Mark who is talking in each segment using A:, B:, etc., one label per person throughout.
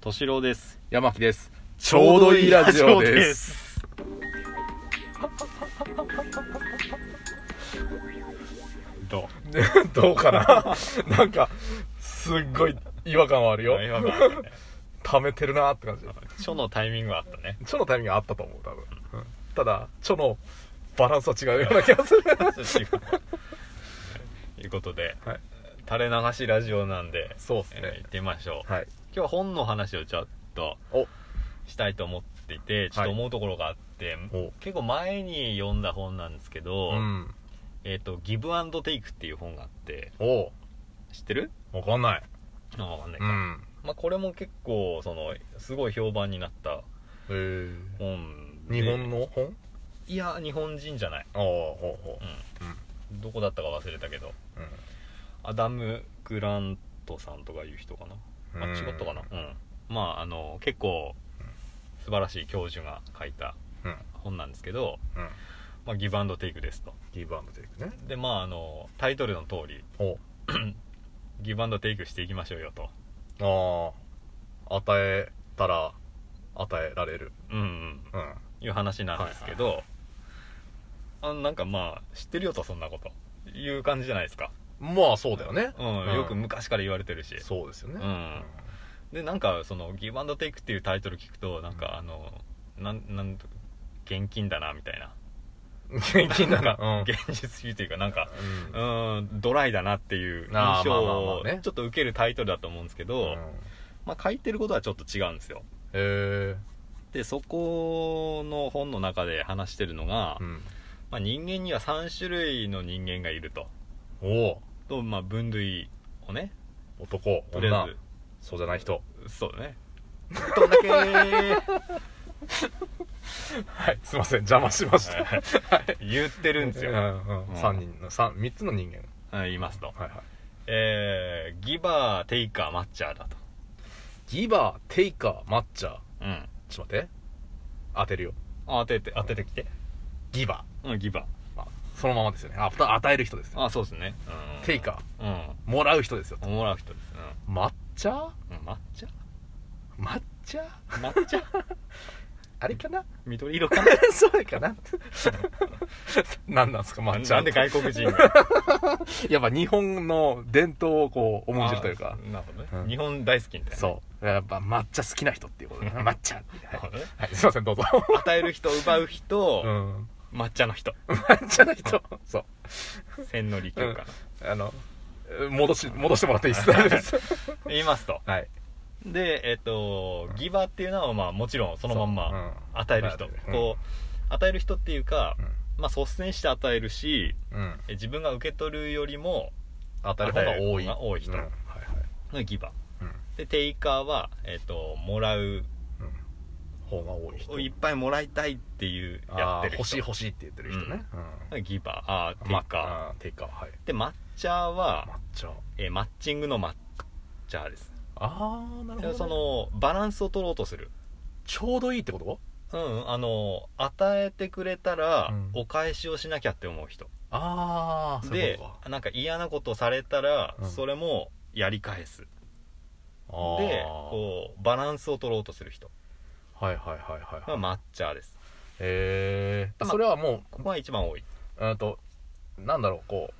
A: 敏郎です
B: 山木ですちょうどいいラジオです
A: すどう
B: どうかななん かすっごい違和感はあるよ
A: 今が
B: 溜めてるなーって感じ
A: 書のタイミングはあった ね
B: チョのタイミングがあったと思う多分、うんただチョのバランスは違うような気 がする
A: ということで
B: はい
A: 垂れ流しラジオなんで
B: そうですね
A: えー行ってみましょう今
B: はい
A: 日は本の話をちょっと
B: お
A: したいと思っていてちょっと思うところがあって、
B: お
A: 結構前に読んだ本なんですけど「
B: うん
A: えー、とギブアンドテイク」っていう本があって
B: お
A: 知ってる
B: わかんない
A: あわかんないか、
B: うん
A: まあ、これも結構そのすごい評判になった
B: えー、
A: 本で
B: 日本の本
A: いや日本人じゃない、
B: ああほうほ
A: うん、どこだったか忘れたけど
B: ううん
A: アダム・グラントさんとかいう人かなあ
B: うん
A: 違ったかなうんまああの結構素晴らしい教授が書いた
B: うん
A: 本なんですけど、
B: うん
A: まあ、ギブアンドテイクですと
B: ギブアンドテイクね
A: でまああのタイトルの通り
B: お
A: ギブアンドテイクしていきましょうよと
B: ああ与えたら与えられる
A: うん、うん、
B: うん
A: いう話なんですけど、あのなんかまあ知ってるよとそんなこという感じじゃないですか、
B: まあそうだよね
A: うんよく昔から言われてるし
B: そうですよね
A: うんでなんかその「ギブアンドテイク」っていうタイトル聞くとなんかあのなんなん現金だなみたいな
B: うん現金だな
A: なん
B: う
A: か現実主義というかなんか
B: ん
A: うーんドライだなっていう
B: あ
A: 印
B: ー
A: 象
B: まあまあま
A: を
B: あね
A: ちょっと受けるタイトルだと思うんですけど、
B: うん
A: まあ、書いてることはちょっと違うんですよ
B: へえ
A: でそこの本の中で話してるのが、
B: うん
A: まあ、人間には3種類の人間がいると
B: おお
A: と、まあ、分類をね
B: 男
A: とりあ
B: 女
A: え
B: そうじゃない人
A: ずそうだねどんだけ
B: はいすいません邪魔しました
A: 言ってるんですよ、うん
B: 3人の三三つの人間
A: はい言いますと
B: はいはい
A: えーギバーテイカーマッチャーだと
B: ギバーテイカーマッチャー
A: うん
B: ちょっと待って当てるよ
A: あ当てて当ててきて
B: ギバ
A: うんギバー
B: ー、まあ、そのままですよねあふた与える人ですね
A: あそうですね、うん、
B: テイカ
A: ー
B: ーもらう人ですよ
A: うんもらう人です
B: 抹茶
A: うんうん抹茶
B: 抹茶
A: 抹茶
B: あれかな
A: 緑色か な
B: それかな 何なんですか抹茶
A: なんで外国人 が
B: やっぱ日本の伝統をこう重んじるというか
A: あなるほどね、
B: うん
A: 日本大好きみたいな
B: そうやっぱ抹茶好きな人っていうことだな抹茶はい、
A: なるほどね
B: はい、すいません どうぞ
A: 与える人奪う人、
B: うん
A: 抹茶の人
B: 抹茶の人そう
A: 千利休かな、
B: あの戻し戻してもらっていいです大丈夫です
A: 言いますと
B: はい
A: でえっ、とギバーっていうのはまあもちろんそのまんま与える人、こう与える人っていうか、まあ率先して与えるし
B: うん、うん、
A: え自分が受け取るよりも
B: 当たる方が多い
A: 当たる方が多い人
B: うんはい
A: のギバー
B: はい、
A: でテイカーは、えっともらう
B: うんうん、方が多い人
A: いっぱいもらいたいっていうや
B: や
A: っ
B: ってて
A: る人
B: る欲しい欲しいって言ってる人ね、うん
A: ギバーあーテイカー、
B: まあテイカーはい
A: で抹茶は、
B: 抹茶
A: えーマッチングの抹茶です
B: ああなるほどね、
A: そのバランスを取ろうとする
B: ちょうどいいってこと
A: うんあの与えてくれたら
B: うん
A: お返しをしなきゃって思う人、
B: ああそういう
A: で
B: こ
A: なんか嫌なことされたら、
B: うん
A: それもやり返すで
B: とかあ
A: こうバランスを取ろうとする人
B: あはいはいはいはい、
A: が抹茶です
B: えー
A: まあ
B: それはも
A: ここが一番多い、
B: ううんとなんだろうこ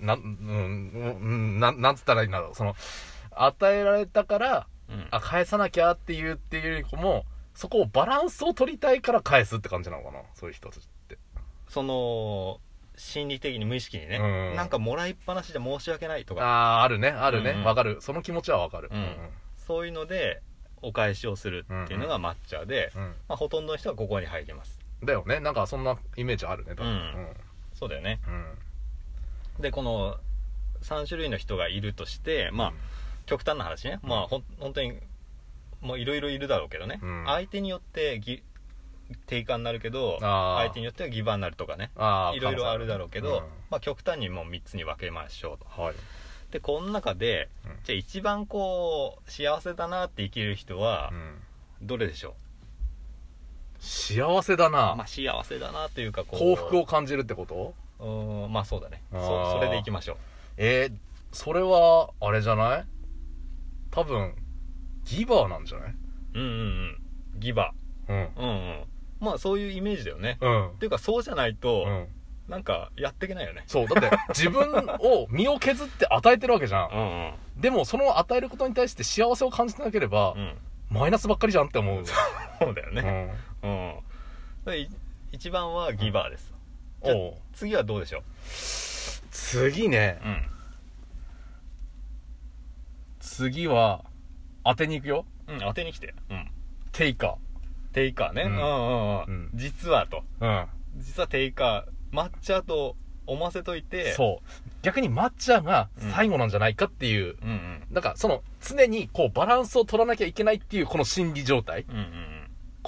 B: うなんうんうんなんなんつったらいいんだろうその与えられたから
A: うん、
B: あ返さなきゃっていうっていうよりかもそこをバランスを取りたいから返すって感じなのかなそういう人たちって
A: その心理的に無意識にね、
B: うん
A: なんかもらいっぱなしで申し訳ないと
B: あ
A: か
B: ああるねあるね
A: う、
B: わ
A: んうん
B: かるその気持ちはわかる
A: うんそういうのでお返しをするっていうのが抹茶で、
B: うん、
A: まあ、ほとんどの人はここに入ります
B: だよねなんかそんなイメージあるね多分
A: そうだよね
B: うん、うん
A: でこの3種類の人がいるとしてまあ極端な話ねまあほん本当にもういろいろいるだろうけどね、
B: うん
A: 相手によってぎ定価になるけど
B: あー
A: 相手によってはギバーになるとかね
B: ああ
A: いろいろあるだろうけど、
B: うん
A: まあ、極端にもう3つに分けましょうと
B: はい
A: でこの中で、
B: うん
A: じゃあ一番こう幸せだなって生きれる人は
B: うん
A: どれでしょ
B: 幸せだ
A: う、
B: な、
A: まあ、幸せだなというかこう
B: 幸福を感じるってこと
A: うーんまあそうだねそ
B: あー
A: それでいきましょう
B: えー、それはあれじゃない多分ギバーなんじゃない
A: うんうんうんギバ
B: うん。
A: うんうんまあそういうイメージだよね、
B: うん
A: っ。ていうかそうじゃないと、
B: うん。
A: なんかやっていけないよね
B: そう。だって、自分を身を削って与えてるわけじゃ。
A: うんん
B: でも、その与えることに対して幸せを感じてなければ
A: う、んうん
B: マイナスばっかりじゃんって思う。
A: そうだよ
B: う
A: ね
B: ん。
A: うん、で一番はギバーです、じゃあ
B: おう
A: 次はどうでしょ
B: 次ね
A: う、うん
B: 次は、当てに行くよ。
A: うん、当てに来て。うん。
B: テイカ
A: テイカーね。
B: う
A: うんんうんう
B: うん
A: ん。実はと。
B: ー。
A: 実はテイカー、抹茶と思わせといて。う。
B: そう。逆に抹茶が最後なんじゃないかっていう、
A: うんうん。
B: なんかその、常にこうバランスを取らなきゃいけないっていうこの心理状態。
A: うんうん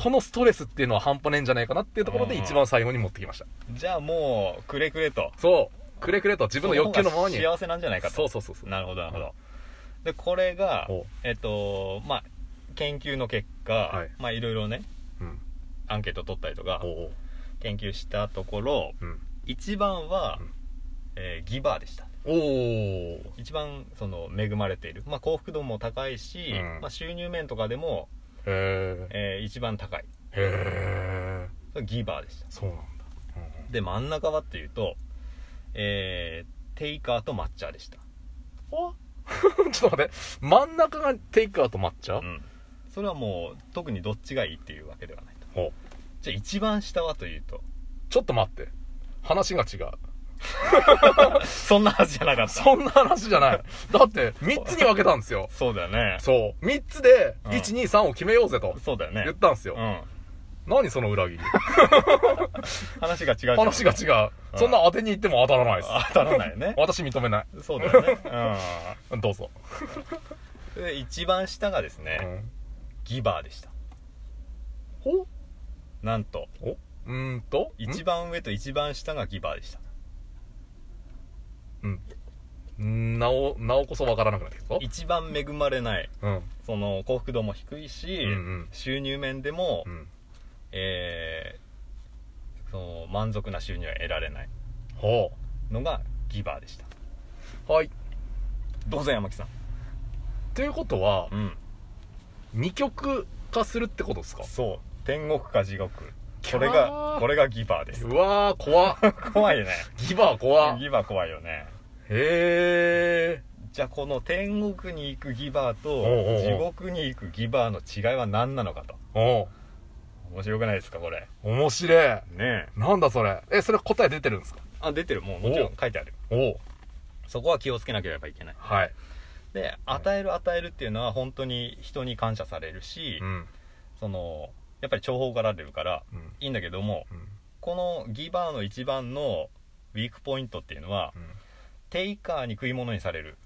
B: このストレスっていうのは半端ねえんじゃないかなっていうところ
A: う
B: で
A: んうん
B: 一番最後に持ってきました。
A: うん。じゃあもう、くれくれと。
B: そう。くれくれと自分の欲求のままに。
A: そ方が幸せなんじゃないかと。
B: そうそうそうそう。
A: なるほど、なるほど。で、これが
B: お、
A: えっと、まあ、研究の結果、
B: はい
A: まあ、いろいろね、
B: うん。
A: アンケート取ったりとか
B: お、うおう
A: 研究したところ、
B: うん。
A: 一番は、
B: うん
A: えーギバーでした。
B: おお。
A: 一番その恵まれている、まあ、幸福度も高いし、
B: うん
A: まあ、収入面とかでも、
B: へえ。
A: えー一番高い
B: へえ。
A: それギバーでした
B: そうなんだ。うんうん
A: で真ん中はっていうと、えーテイカーと抹茶でした、
B: お ちょっと待って。真ん中がテイクアウト抹茶
A: うん、それはもう特にどっちがいいっていうわけではないと
B: お
A: じゃあ一番下はというと
B: ちょっと待って。話が違う。
A: そんなはずじゃなかった
B: そんな話じゃない。だって、3つに分けたんですよ。
A: そうだよね
B: そう。3つで、
A: うん
B: 1、2、3を決めようぜと
A: そうだよね
B: 言ったんですよ。
A: うん
B: 何その裏切 り。
A: 話が違うじゃん
B: 話が違う。
A: うん
B: そんな当てに行っても当たらないです。
A: 当たらないよね
B: 私認めない。
A: そうだよね
B: どうぞ。
A: うんで一番下がですね、ギバーでした
B: ほ
A: なんと
B: おうーんと
A: 一番上と一番下がギバーでした
B: んなお、なおこそ分からなくなってきたぞ。
A: 一番恵まれない
B: うん。
A: その幸福度も低いし、
B: うんうん
A: 収入面でも、
B: うん。
A: えーその満足な収入は得られない
B: ほ
A: のがギバーでした
B: う。はい。
A: どうぞ山木さん
B: ということは
A: う、ん
B: 二極化するってことですか
A: そう天国か地獄
B: きゃー
A: これがこれがギバーです
B: うわー、怖っ。
A: 怖いよね
B: ギバー怖っ。
A: ギバー怖いよね
B: へ
A: じゃあこの天国に行くギバー
B: おうおうお
A: と
B: う
A: 地獄に行くギバーの違いは何なのかと
B: ー。おう。
A: 面白くないですかこれ
B: 面白い。
A: ねえ
B: なんだそれ。え、それ答え出てるんですか
A: あ出てるもうもちろ
B: お
A: ん書いてある
B: おう。
A: そこは気をつけなければいけない
B: はい。
A: で与える与えるっていうのは本当に人に感謝されるし、
B: うん。
A: そのやっぱり重宝がられるから
B: うん。
A: いいんだけども
B: うん。
A: このギバーの一番のウィークポイントっていうのはテイカーに食い物にされる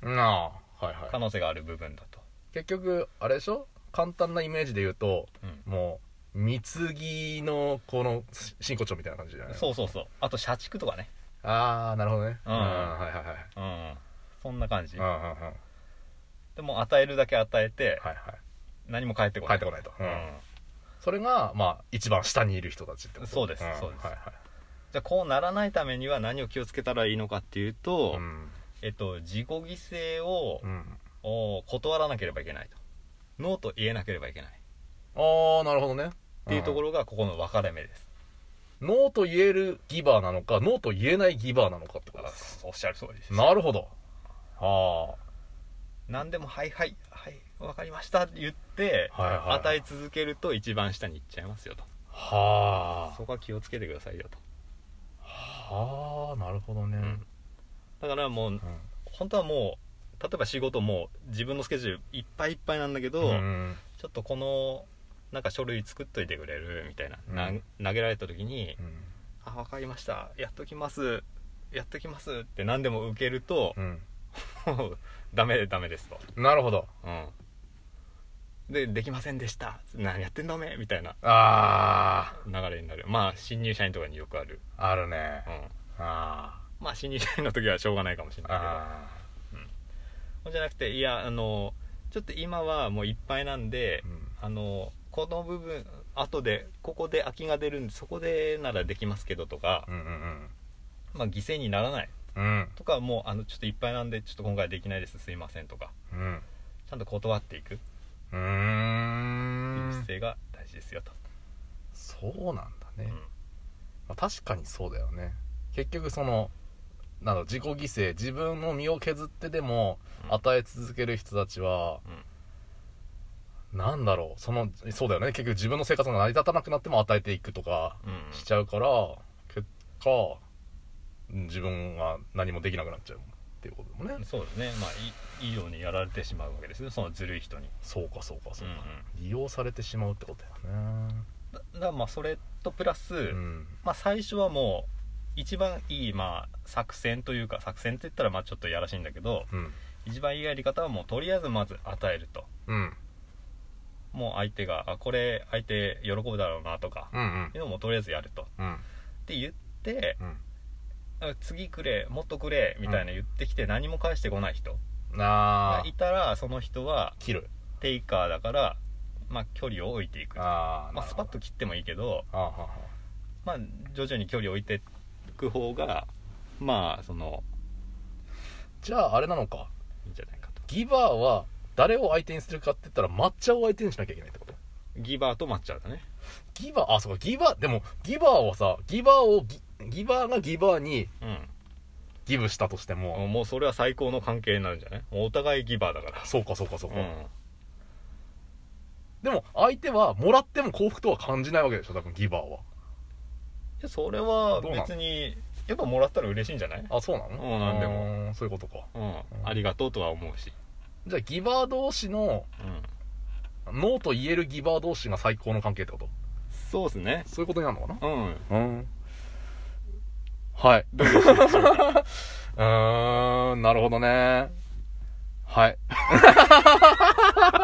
B: うん。なあ。はい
A: 可
B: はい。
A: 能性がある部分だと、
B: 結局、あれでしょ簡単なイメージで言うと、
A: うん、
B: もう、貢ぎの、この、真骨頂みたいな感じじゃない
A: そうそうそうあと社畜とかね
B: ああ、なるほどね。
A: うん
B: はいはいはい。
A: うんそんな感じ
B: うんうんうん。はい
A: でも与えるだけ与えて
B: はい。
A: 何も返ってこない
B: 帰ってこないと。う
A: うん
B: ん。それが、まあ、一番下にいる人たちってこと
A: そうです
B: ん
A: そうです
B: はい
A: じゃあこうならないためには何を気をつけたらいいのかっていうと、
B: はい。うん。
A: えっと、自己犠牲を
B: うん。
A: お断らなければいけないとノーと言えなければいけない
B: ああ、なるほどね。っ
A: っていうとこ
B: ろ。
A: ろがここの分かれ目です、
B: ノーと言えるギバーなのか、ノーと言えないギバーなのかってことです。
A: おっしゃる通りです
B: なるほど。あ
A: 何でも「はいはいはい分かりました」って言って、
B: はいはいはい
A: 与え続けると一番下に行っちゃいますよと
B: あ。は
A: そこは気をつけてくださいよと、
B: あ。はあ、なるほどね。
A: うんだからもう
B: うん
A: 本当はもう例えば仕事も自分のスケジュールいっぱいいっぱいなんだけど、
B: うん
A: ちょっとこのなんか書類作っといてくれるみたいな、な
B: うん
A: 投げられた時に
B: うん
A: 「あ分かりましたやっときますやっときます」って何でも受けると、
B: うん
A: もう ダメダメですと、
B: なるほど
A: うん、でできませんでした何やってんだおめえみたいな
B: あ
A: 流れになるまあ新入社員とかによくある、
B: ーあるね
A: うん、
B: あ
A: まあ新入社員の時はしょうがないかもしれ
B: ー
A: ないけど
B: あ
A: そうじゃなくていやあのちょっと今はもういっぱいなんで
B: ー、うん
A: あのこの部分後でここで空きが出るんでそこでならできますけどとか
B: う、んうん
A: まあ、犠牲にならない
B: うん
A: とかもうあのちょっといっぱいなんでちょっと今回できないですすいませんとか
B: うん
A: ちゃんと断っていく
B: うー
A: ていう姿
B: ん
A: 勢が大事ですよと、
B: そうなんだ
A: う
B: ね
A: ん、
B: まあ、確かにそうだよね結局そのなんだろう自己犠牲自分の身を削ってでも
A: うん
B: 与え続ける人たちは、なんだろうそのそうだよね結局自分の生活が成り立たなくなっても与えていくとか
A: うん
B: しちゃうから、結果自分は何もできなくなっちゃうっていうことだもんね、
A: うんそうですねまあいいいようにやられてしまうわけですねそのずるい人に
B: そうかそうかそうか、
A: う
B: 利用されてしまうってことだよね
A: だだからまあそれとプラス、
B: うん
A: まあ、最初はもう一番いいまあ作戦というか作戦って言ったらまあちょっとやらしいんだけど
B: うん
A: 一番いいやり方はもうとりあえずまず与えると
B: うん
A: もう相手があこれ相手喜ぶだろうなとか
B: うんうん
A: いうのもとりあえずやるとっ
B: うん
A: て言って
B: うん
A: あ次くれもっとくれみたいな言ってきて何も返してこない人
B: あ
A: が
B: ー
A: いたらその人は
B: 切る
A: テイカーだからまあ距離を置いていく
B: あ
A: ま
B: ー
A: あ
B: なる
A: ス
B: ほ
A: パ
B: ど
A: ッと切ってもいいけど
B: あーはーは
A: まあ徐々に距離を置いていく方がまあその
B: ーじゃああれなのか
A: いいんじゃないかと
B: ギバーは誰を相手にするかって言ったら抹茶を相手にしなきゃいけないってこと
A: ギバーと抹茶だね
B: ギバーあそうかギバーでもギバーはさギバーをギギバーがギバーに
A: う
B: ギブしたとして
A: ん
B: も、
A: もうそれは最高の関係になるんじゃないもうお互いギバーだから
B: そうかそうかそうか、
A: うん
B: でも相手はもらっても幸福とは感じないわけでしょ多分ギバーはい
A: やそれは
B: どうなの
A: 別にやっぱもらったら嬉しいんじゃない
B: あそうなの
A: うんなんでも
B: あーそういうことか
A: うんありがとうとは思うし
B: じゃあギバー同士の
A: うん
B: ノーと言えるギバー同士が最高の関係ってこと
A: そうですね
B: そういうことになるのか
A: うん
B: なうんはい
A: どうでしょう
B: うーんなるほどねはい